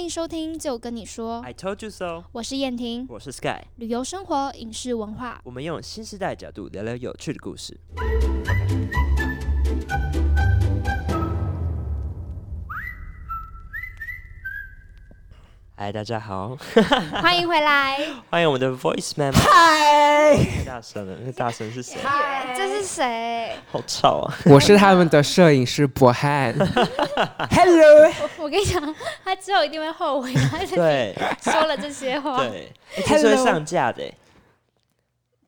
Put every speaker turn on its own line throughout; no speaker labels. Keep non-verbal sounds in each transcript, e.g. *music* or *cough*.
迎收听《就跟你说》，
I told you so。
我是燕婷。
我是 Sky，
旅游、生活、影视、文
*laughs*
化，
我们用新时代角度聊聊有趣的故事。嗨，大家好，
欢迎回来。
欢迎我们的 Voice Man。
嗨，
太大声了，那个大声是谁？
这是谁？ *laughs*
好吵啊！
我是 *laughs* 他们的摄影师博翰。Hello， *laughs*
我跟你讲，他之后一定会后悔，他哦自己
对
说了这些话。
对，欸这是会
Hello
上架的欸。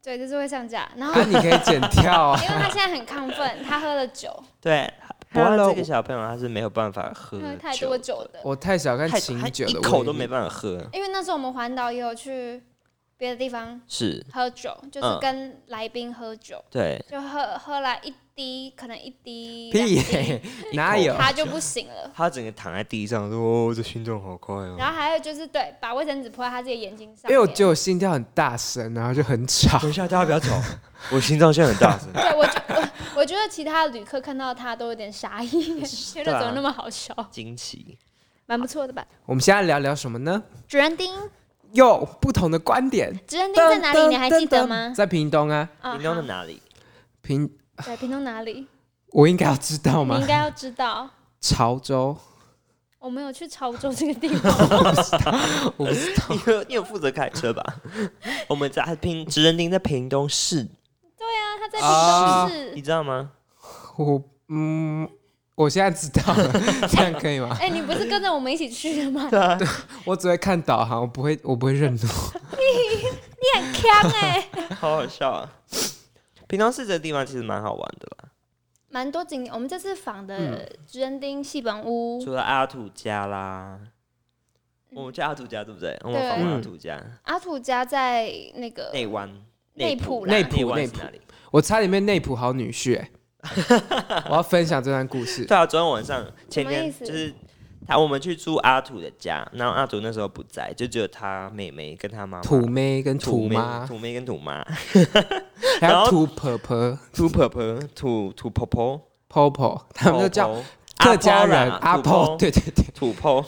对，就是会上架。然
*laughs*
后，
啊，
因
你可以剪掉啊
为。他现在很亢奋，他喝了酒，
对，不过
Hello
这个小朋友他是没有办法喝
喝了太
酒
多酒的。
我太小看
太
琴
他
酒
一
的
口
味
都没
道
办法喝。
因为那时候我们环岛也有去别的地方
是，
喝酒，就是
嗯
跟来宾喝酒，
对，
就喝喝来一滴，可能一滴，
*laughs* 屁
两滴
*laughs* 耶，哪有？
他就不行了。
他整个躺在地上说：“哦，这心脏好快哦。”
然后还有就是，对，把卫生纸泼在他自己的眼睛上
因
面。
为我觉得我心跳很大声，然后就很吵。
等一下，大家不要走， *laughs* 我心脏现在很大声。
对，我觉我我觉得其他的旅客看到他都有点傻眼，觉
对
得
啊
怎么那么好笑，
惊奇，
蛮不错的吧？
我们现在聊聊什么呢？
指人丁，
有不同的观点。
指人丁在哪里？你还记得
噔噔
吗
噔？在屏东啊，
啊
你弄的
好
哪里？
屏
对，屏东哪里？
我应该要知道
你
吗
应？该要知道，
潮 *laughs* 州，
我没有去潮州这个地方，
我不知道
你有 *laughs* 你有负责开车吧？我们在平职人町在屏东市，
他在屏东
你
市。
知道吗？
我嗯，我现在知道了， *laughs* 这样可以吗？
哎，你不是跟着我们一起去的吗？
我只会看导航，我不会，我不会认路。
你很强哎，
好好笑啊！屏东市这个地方其实蛮好玩的啦，
蛮多景点。我们这次访的指人丁戏本屋，
除了阿土家啦，我们去阿土家对不对？我们访问阿土家
阿土家在那个
内湾、
嗯内埔
埔、
啦
内
内埔
湾是
内埔
哪里？
我差点被内埔好女婿、 *laughs* 欸，我要分享这段故事。
对啊，昨天晚上前
什么意
天
思
就是他，我们去住阿土的家，然后阿土那时候不在，就只有他妹妹跟他妈妈。
土妹跟
土
土
妹
妈，
土妹跟土妈， *laughs*
还
然
有
后
土婆婆、
土婆婆、土土婆婆，
婆婆， *laughs* 他们就叫
婆婆
客家人阿
阿婆啦
婆。对对对，
土婆。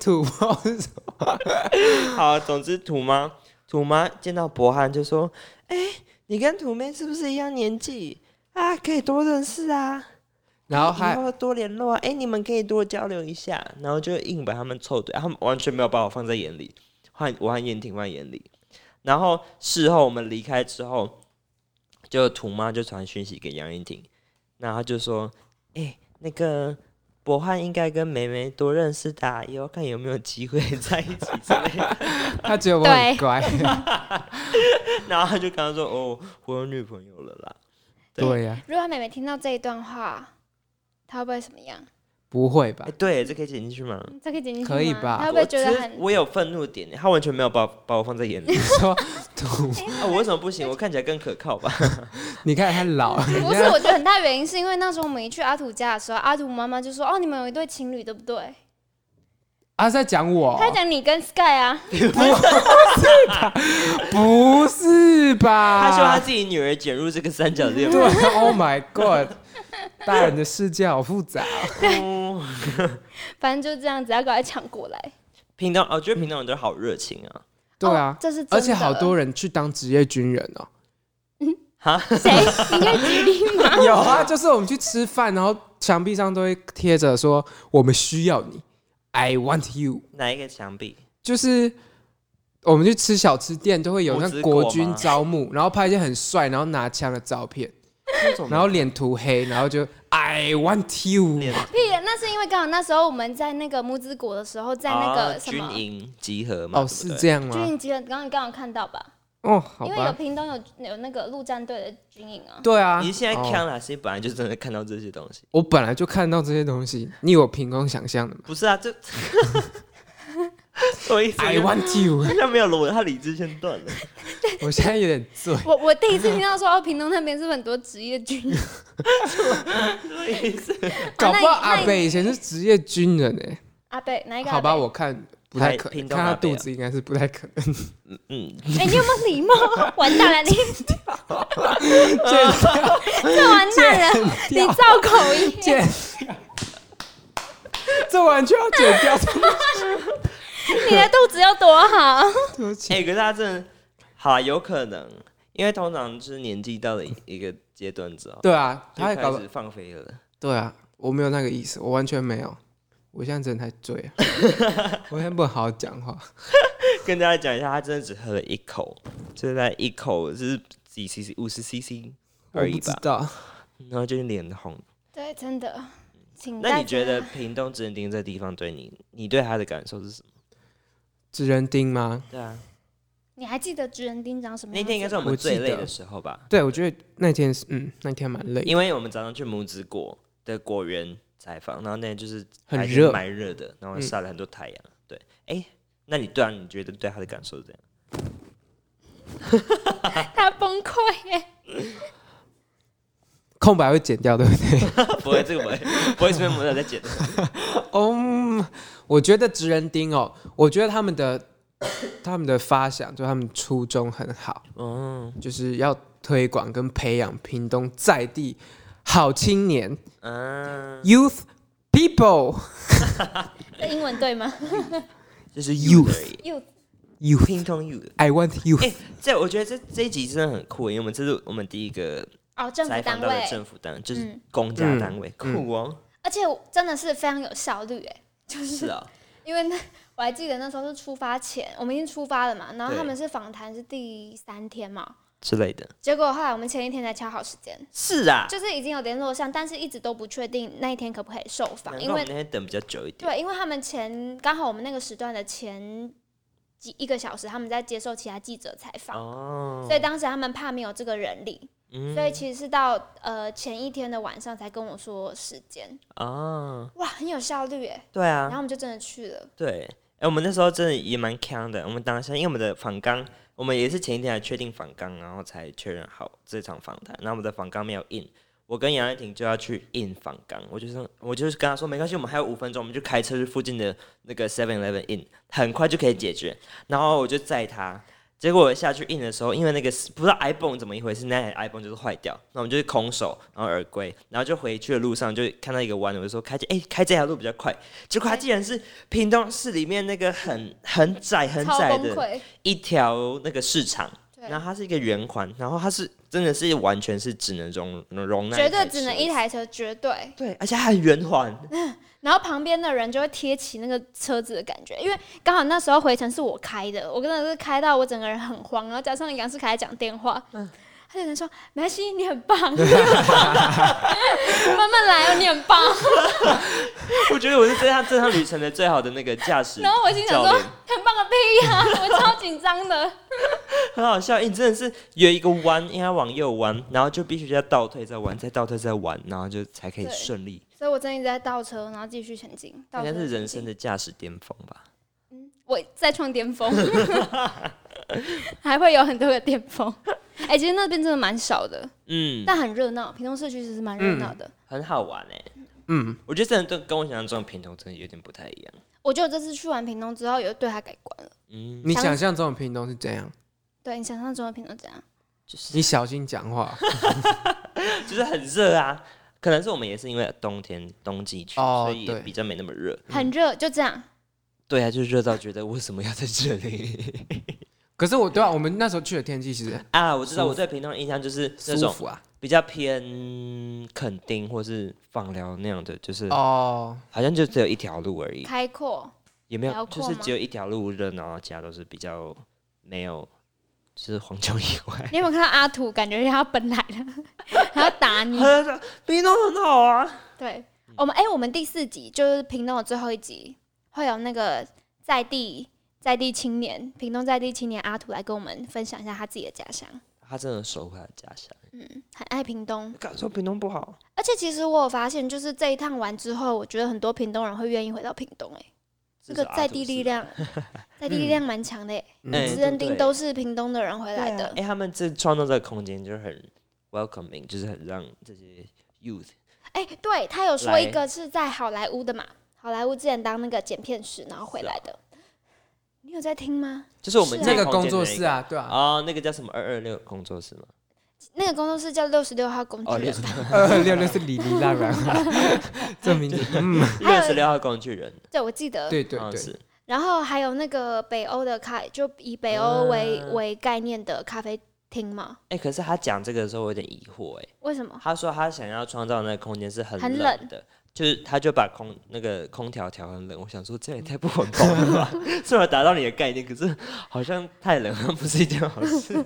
土婆是什么
*laughs* 好，总之土妈土妈见到博翰就说：“哎、你跟土妹是不是一样年纪啊？可以多认识啊，
然后
以
还
后多联络啊。哎、你们可以多交流一下。”然后就硬把他们凑对，他们完全没有把我放在眼里，换我和燕婷放在眼里。然后事后我们离开之后，就土妈就传讯息给杨燕婷，然后她就说：“哎、那个。”博翰应该跟梅梅多认识的、啊，以后看有没有机会在一起之类的。
*laughs* 他觉得我很
对
乖，
然后他就跟他说：“哦，我有女朋友了啦。对
*laughs* 对呀，
如果他妹妹听到这一段话，她会不会怎么样？
不会”吧
哎，？对，这可以剪进去吗？
这可以剪进去
可以
吗
吧
她会不
我
会觉
其
得
实
很？
我有愤怒点，他完全没有把我把我放在眼里
你。说土，
啊，我为什么不行？我看起来更可
*laughs*
靠吧？
你看他老 *laughs* 了，
不是，我觉得很大原因是因为那时候我们一去阿土家的时候，阿土妈妈就说：“哦，你们有一对情侣，对不对
哦他啊在讲？”我，
她讲你跟 Sky 啊，
不是吧？
他希望他自己女儿卷入这个三角恋
啊对
吗？
，Oh my God，大人的世界好复杂
嗯
哦。
反正就这样子，要赶快抢过来。
平东，我觉得平东人都好热情啊。
对
哦
啊，
这是真的
而且好多人去当职业军人哦。
谁？你可以举例吗？ *laughs*
有啊，就是我们去吃饭，然后墙壁上都会贴着说我们需要你，I want you。
哪一个墙壁？
就是我们去吃小吃店，都会有那
拇指果
国军
吗
招募，然后拍一些很帅，然后拿枪的照片，然后脸涂黑，然后就 I want you。
脸
屁的，那是因为刚好那时候我们在那个拇指国的时候，在那
啊
个什
军
么
营集合嘛？
哦，
对不
是
对
这样
军
吗？
营集合，刚刚刚好看到吧？
哦，好
因为有
吧，
屏东有有那个陆战队的军营啊。
对啊
你，现在
哦
看啦，是本来就真的看到这些东西。
我本来就看到这些东西，你有凭空想象
*laughs*
的吗
不是啊，这我一
？I want you。 *laughs*
他没有逻，他理智线断了。
我现在有点
*laughs*
醉，
我我第一次听到说哦，屏东那边是不是很多职业军人，
搞不好
那你
阿北以前是职业军人哎。
*laughs* 阿贝哪一个阿
好
伯？
吧，我看不太可
台屏
能，
东
看他
阿北啊
肚子应该是不太可能。
*laughs*
嗯，
哎、你有没有礼貌？ *laughs* 完蛋了，你
*laughs* 这 *laughs*
*laughs* 这完蛋了，你造口音。
件 *laughs* 这完全要剪掉，
*laughs* 你的肚子有多好？
*laughs* 对不起
哎、可是他真的好啊、有可能，因为通常就是年纪到了一一个阶段之后，
对啊，
就
他也搞
开
不
始放飞了。
对啊，我没有那个意思，我完全没有。我现在真的太醉了，
*laughs*
我现在不能好好讲话。
跟大家讲一下，他真的只喝了一口，就是在一口就是几 cc 五十 cc
我
而
不
已
知
吧，
道，
然后就是脸红。
*laughs* 对，真的，
嗯
请大
那
家
你觉得屏东直人町这地方对你，你对他的感受是什么？
只人丁吗？
对啊，
你还记得职人丁长什么
那
样子吗？
天应该是我们
我记
最累
得
的时候吧，
对，我觉得那天是，嗯，那天蛮累的，
因为我们早上去拇指果的果园采访，然后那天就是
很
还是
热
蛮热的，然后
嗯
晒了很多太阳。对，哎、那你对啊，你觉得对他的感受是怎样？ *laughs*
他崩溃耶！
空白会剪掉，对不对？
不会，这个不会，不会这边没有在
*laughs*
剪啊的。
哦，我觉得职人丁哦，我觉得他们的他们的发想，就他们初衷很好，
哦，
就是要推广跟培养屏东在地好青年
嗯，
（youth people
这英文
*laughs*
对吗？
就是
Youth
而已
又
youth
拼通 you 的。
I want you）、
哎、这我觉得这这一集真的很酷，因为我们这是我们第一个
哦，政府
采访
单
到的
位，
政府单位，就是
嗯
公家
嗯
单位，
嗯
酷哦，
而且我真的是非常有效率哎， *laughs* 就是
是啊，
因为那我还记得那时候是出发前，我们已经出发了嘛，然后
对
他们是访谈是第三天嘛，
之类的，
结果后来我们前一天才敲好时间，
是啊。
就是已经有联络上，但是一直都不确定那一天可不可以受访，
难
因
怪我们
为
那天等比较久一点，
对，因为他们前刚好我们那个时段的前几一个小时他们在接受其他记者采访，
哦
所以当时他们怕没有这个人力，
嗯
所以其实是到呃前一天的晚上才跟我说时间，
哦，
哇，很有效率哎，
对
嗯
然后
啊，
我们就真的去了，
对，哎、我们那时候真的也蛮强的。我们当下，因为我们的访纲，我们也是前一天才确定访纲，然后才确认好这场访谈。然后我们的访纲没有印，我跟杨爱婷就要去印访纲。我就是我就是跟她说，没关系，我们还有五分钟，我们就开车去附近的那个 Seven Eleven 印，很快就可以解决。然后我就载她。结果我下去印的时候，因为那个不知道 iPhone 怎么一回事，那台 iPhone 就是坏掉，那我们就是空手，然后而归，然后就回去的路上就看到一个弯，我就说开这哎、开这条路比较快，结果它竟然是屏东市里面那个很很窄很
超
窄
崩
的
溃，
一条那个市场，
对
然。后它是一个圆环，然后它是真的是完全是只能容容纳
绝
一台
对只能
车
一台车，绝对。
对，而且它很
*laughs*
圆环，
然后旁边的人就会贴起那个车子的感觉，因为刚好那时候回程是我开的，我真的是开到我整个人很慌，然后加上杨世凯在讲电话，
嗯
他就能说没关系，你很棒， *laughs* 慢慢来哦，你很
*laughs*
棒。
我觉得我是这趟这趟旅程的最好的那个驾
*laughs*
驶
然后我心想说
教练。
很棒个屁呀、我超紧张的。
很好笑，欸你真的是有一个弯，应该往右弯，然后就必须要倒退再弯，再倒退再弯，然后就才可以
对
顺利。
所以我真的一直在倒车，然后继续前进。
应
倒车
该是人
前
生
进，
的驾驶巅峰吧？
我再创巅峰， *laughs* 还会有很多个巅峰。哎、其实那边真的蛮少的，
嗯，
但很热闹，屏东社区其实蛮热闹的。
很好玩哎、
嗯，
我觉得真的跟跟我想象中的平头真的有点不太一样。
我觉得我这次去完屏东之后，有对他改观了。
嗯，
你想象中的屏东是怎样？
对你想象中的屏东怎样？
就是
你小心讲话
就是很热啊，可能是我们也是因为冬天冬季去，
哦
所以也
对
比较没那么热。
很热，就这样。
对啊，就是热到觉得为什么要在这里 *laughs*
可是我对啊，我们那时候去的天气其实
啊？我知道
舒服
我对平东的印象就是那
舒
种
服啊。
比较偏垦丁或是放疗那样的，就是
哦，
好像就只有一条路而已，
开阔，
也没有，
辽
就
阔
是
吗
只有一条路热闹，其他都是比较没有，就是荒郊野
*laughs*
外。
你有没有看到阿土？感觉他要奔来了， *laughs* 他要打
*laughs*
你。
冰冻很好啊，
对我们，哎、我们第四集就是屏东的最后一集，会有那个在地在地青年，屏东在地青年阿土来跟我们分享一下他自己的家乡。
他真的守护他的家乡。
嗯，很爱屏东，
敢说冰冻不好？
而且其实我有发现，就是这一趟完之后，我觉得很多屏东人会愿意回到屏东、哎，这个在地力量，在地力量蛮强的、哎
嗯
哎
职
啊对
人
不
丁
对
都是屏东的人回来的
啊
哎、，他们这创造这个空间就是很 welcoming，就是很让这些 youth
哎、对他有说
来
一个是在好莱坞的嘛，好莱坞之前当那个剪片师，然后回
啊
来的。你有在听吗？
就是我们
是啊
这
那个工
空间的
作
一
室啊，对啊，
哦，那个叫什么二二六工作室吗？
那个工作室叫六十六号工具
哦，
人
六
吧
十六，
二六六是李黎啦然啦， *laughs* 这名字，嗯，
还有
六十六号工具人，
*laughs* 对，我记得。
对对
好像
对，
哦是
然后还有那个北欧的咖，就以北欧为、
啊
为概念的咖啡厅嘛？
哎、可是他讲这个的时候，我有点疑惑、哎，
为什么？
他说他想要创造那个空间是很
很
冷
冷
的，就是他就把空那个空调调很冷。我想说这样也
嗯
太不环保了吧？ *laughs* 虽然达到你的概念，可是好像太冷了不是一件好事。
*laughs*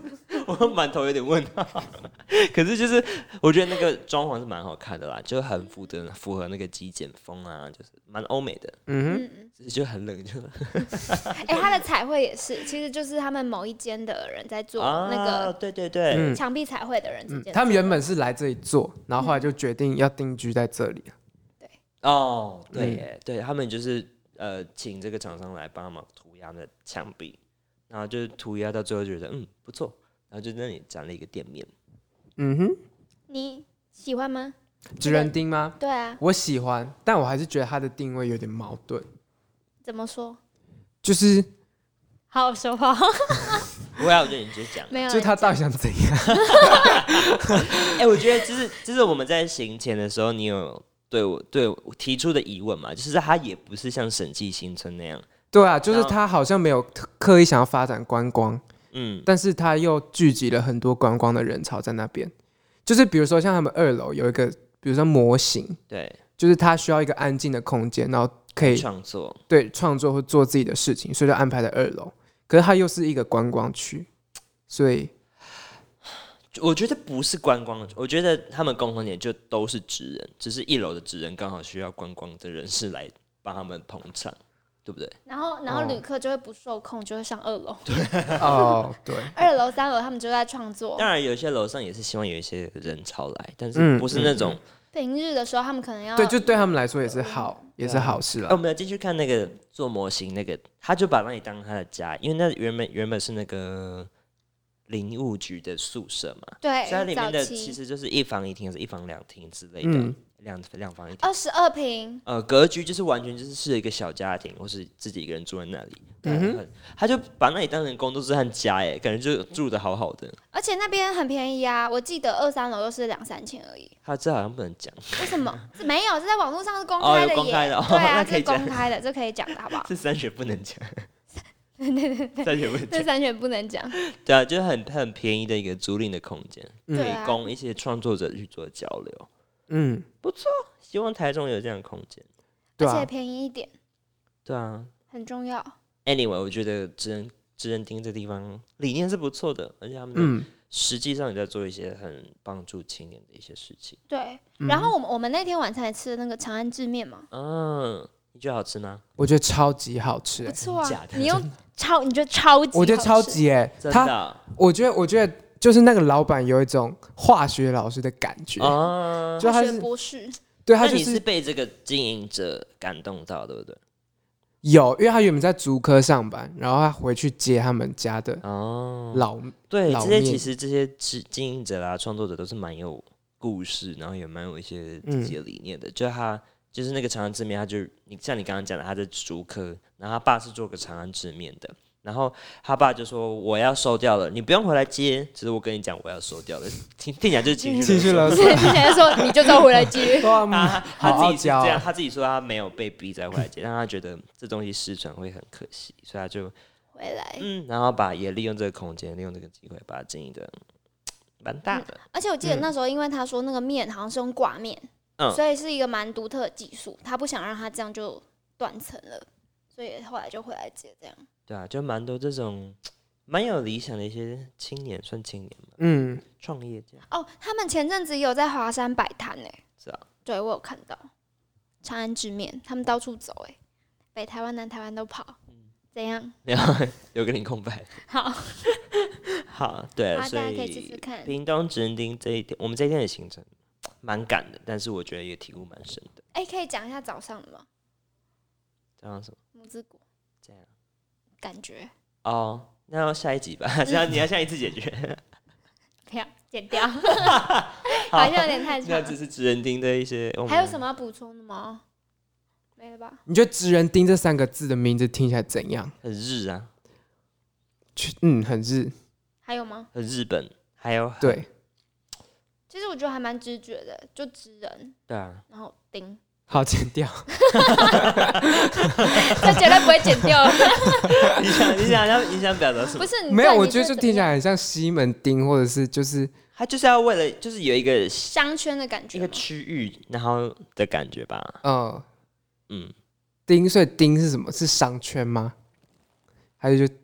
我满头有点问号。 *laughs* 可是就是我觉得那个装潢是蛮好看的啦，就很符合符合那个极简风啊，就是蛮欧美的，
嗯
嗯嗯，
只是就很冷就
哎、它的彩绘也是，其实就是他们某一间的人在做
啊，
那个
对对对，
嗯
墙壁彩绘的人之
嗯
间、，
他们原本是来这里做，然后后来就决定要定居在这里了。
哦，对
嗯
耶，对他们就是呃，请这个厂商来帮他们涂鸦的墙壁，然后就是涂鸦到最后觉得嗯不错，然后就那里展了一个店面。
嗯哼，
你喜欢吗？
职人丁吗？
对啊，
我喜欢，但我还是觉得它的定位有点矛盾，
怎么说？
就是
好好说话，哦，
不会啊，我觉得你就讲
没有
就是他到底想怎样？ *laughs*
哎、我觉得就是就是我们在行前的时候，你有对我对我提出的疑问嘛，就是它也不是像审计新村那样，
对啊，就是
然后
他好像没有特刻意想要发展观光，
嗯，
但是他又聚集了很多观光的人潮在那边。就是比如说像他们二楼有一个，比如说模型，
对，
就是他需要一个安静的空间，然后可以
创作，
对创作或做自己的事情，所以就安排在二楼。可是它又是一个观光区，所以
我觉得不是观光，我觉得他们共同点就都是职人，只是一楼的职人刚好需要观光的人士来帮他们捧场，对不对？
然后然后
哦
旅客就会不受控，就会上二楼、
哦，对，
二楼、三楼，他们就在创作
当。然，有些楼上也是希望有一些人潮来，但是
嗯
不是那种。
平日的时候，他们可能要
对，就对他们来说也是好，
嗯
也是好事
哎、
了。
我们要进去看那个做模型那个，他就把那里当他的家，因为那原本原本是那个林务局的宿舍嘛，
对
所以它里面
哎早
的其
期
实就是一房一厅，还是一房两厅之类的
嗯，
两两、房一厅。
二十二平，
呃，格局就是完全就是是一个小家庭，或是自己一个人住在那里，
嗯哼
很他就把那里当成工作室和家，哎，感觉就住的好好的。
而且那边很便宜啊，我记得二三楼都是两三千而已。
他这好像不能讲， *laughs*
为什么？是没有，是在网络上是公
哦
开的
有
耶。
公开的哦
对
*laughs* 那
啊，
可
这
以
是
讲
公开的，这可以讲的好不好？
*laughs* 是三学不能
*laughs*
讲，三学不能
这
讲，
三选不能讲。
对啊，就是很很便宜的一个租赁的空间，可
对
以
啊
供一些创作者去做交流。
嗯，
希望台中有这样的空间，
对
而且
啊，
便宜一点
对啊。
很重要。
Anyway，我觉得知人知人町这地方理念是不错的，而且他们的
嗯，
实际上也在做一些很帮助青年的一些事情。
对，
嗯
然后我们我们那天晚餐也吃了那个长安制面嘛，
嗯、你觉得好吃吗？
我觉得超级好吃
不
欸，
错啊
真的假。的
你用超，你觉得超级？
我觉得超。级哎，
真的
他
啊
我觉得我觉得就是那个老板有一种化学老师的感觉，
啊？
就他
学
是
博
*laughs*
士，
对
那
他就
你是
是
被这个经营者感动到，对不对？
有，因为他原本在竹科上班，然后他回去接他们家的
哦，
老
对，
老
这些
面
其实这些知经营者啦、啊创作者都是蛮有故事，然后也蛮有一些自
嗯
己的理念的。就他就是那个长安制面，他就你像你刚刚讲的，他在竹科，然后他爸是做个长安制面的，然后他爸就说我要收掉了，你不用回来接，只是我跟你讲我要收掉了，听听起来就是情绪
*laughs* 情绪
勒索。
勒
之
索，
前之前说你就走回来
*laughs*
接，
哇
啊他 *laughs* 他
嗯好
自
傲
己是
娇
这样，
啊，
他自己说他没有被逼再回来接，但他觉得这东西失传会很可惜，所以他就
回来。
嗯，然后把也利用这个空间，利用这个机会，把它经营的蛮大的。
而且我记得
嗯
那时候，因为他说那个面好像是用挂面，
嗯
所以是一个蛮独特的技术，他不想让它这样就断层了，所以后来就回来接这样。
对啊，就蛮多这种蛮有理想的一些青年，算青年嘛，
嗯，
创业家。
哦，他们前阵子也有在华山摆摊呢。
是啊。
对，我有看到长安之面，他们到处走哎、北台湾、南台湾都跑。怎样？
然后留给你空白。
好，
好，对啊，
啊
所
大家可以试试
以
看。
屏东直人町这一天，我们这一天的行程蛮赶的，但是我觉得也体悟蛮深的。
哎、可以讲一下早上的吗？
这样什么
拇指骨
这样？
感觉
哦，那要下一集吧，这要你要下一次解决。
*laughs* 不要剪掉，
*laughs* 好
好像有点太长
那这
了。
是直人町的一些，我们
还有什么要补充的吗？没了吧？
你觉得“职人丁”这三个字的名字听起来怎样？
很日啊，
去嗯，很日
还有吗？
很日本，还有很
对，
其实我觉得还蛮直觉的，就直人，
对啊，
然后丁，
好剪掉。
这绝对不会剪
*laughs*
掉。
你想你想要你想表达什么
不？是，你
没有，
嗯对
我
你
觉得
是
就
怎
听
么
起
样
来很像西门町，或者是就是
他就是要为了就是有一个
商圈的感
一
觉
个
吗。
区域，然后的感觉吧。
呃
*laughs*
嗯，
町，所以町是什么？是商圈吗？还是就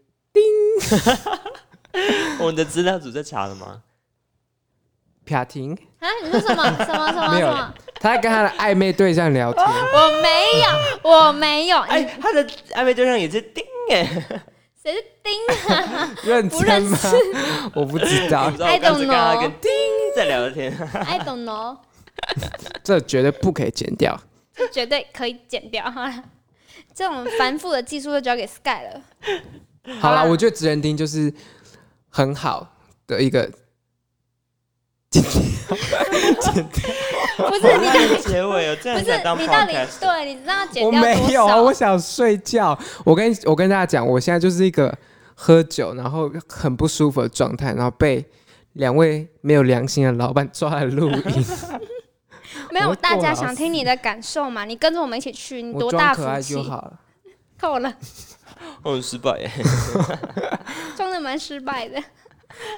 我们的资料组在查了吗？
啪停？
啊，你说
*laughs*
什么什么什么什
没有
么？
他在跟他的暧昧对象聊
*laughs*
天，
我没有，我没有。
哎
你，
他的暧昧对象也
*laughs*
是丁哎，
谁是丁？
认
不认
真吗？我不知
我
道
不，知道我
I
刚
don't
才看他
know
跟丁在聊天，
I don't know，
这绝对不可以剪掉。
这绝对可以剪掉 *laughs* 哈。这种繁复的技术就交给 Sky 了。
好
好啦
了，我觉得职人町就是很好的一个，
不是你
*laughs* 那个结尾哦，这
不
样
是
想当
你到底
podcast，
对你让他剪
我
掉
没
多
有啊，
少？
我想睡觉。我跟我跟大家讲，我现在就是一个喝酒然后很不舒服的状态，然后被两位没有良心的老板抓来录音，
没有，
我
大家
够了
想听你的感受嘛？你跟着我们一起去， *laughs* 你
我
多大
装
福
可爱
气
就？好了。
够了，
我很哦失
*laughs*
败耶。啊
装的蛮失败的。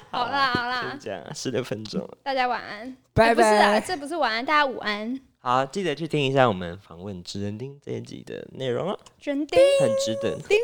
好啦好啦
就，这样，十六分钟了。
大家晚安。
啊拜
哎不是啊，
拜。
这不是晚安，大家午安。
好，记得去听一下我们访问职人丁这一集的内容哦，
真的。
很值得。丁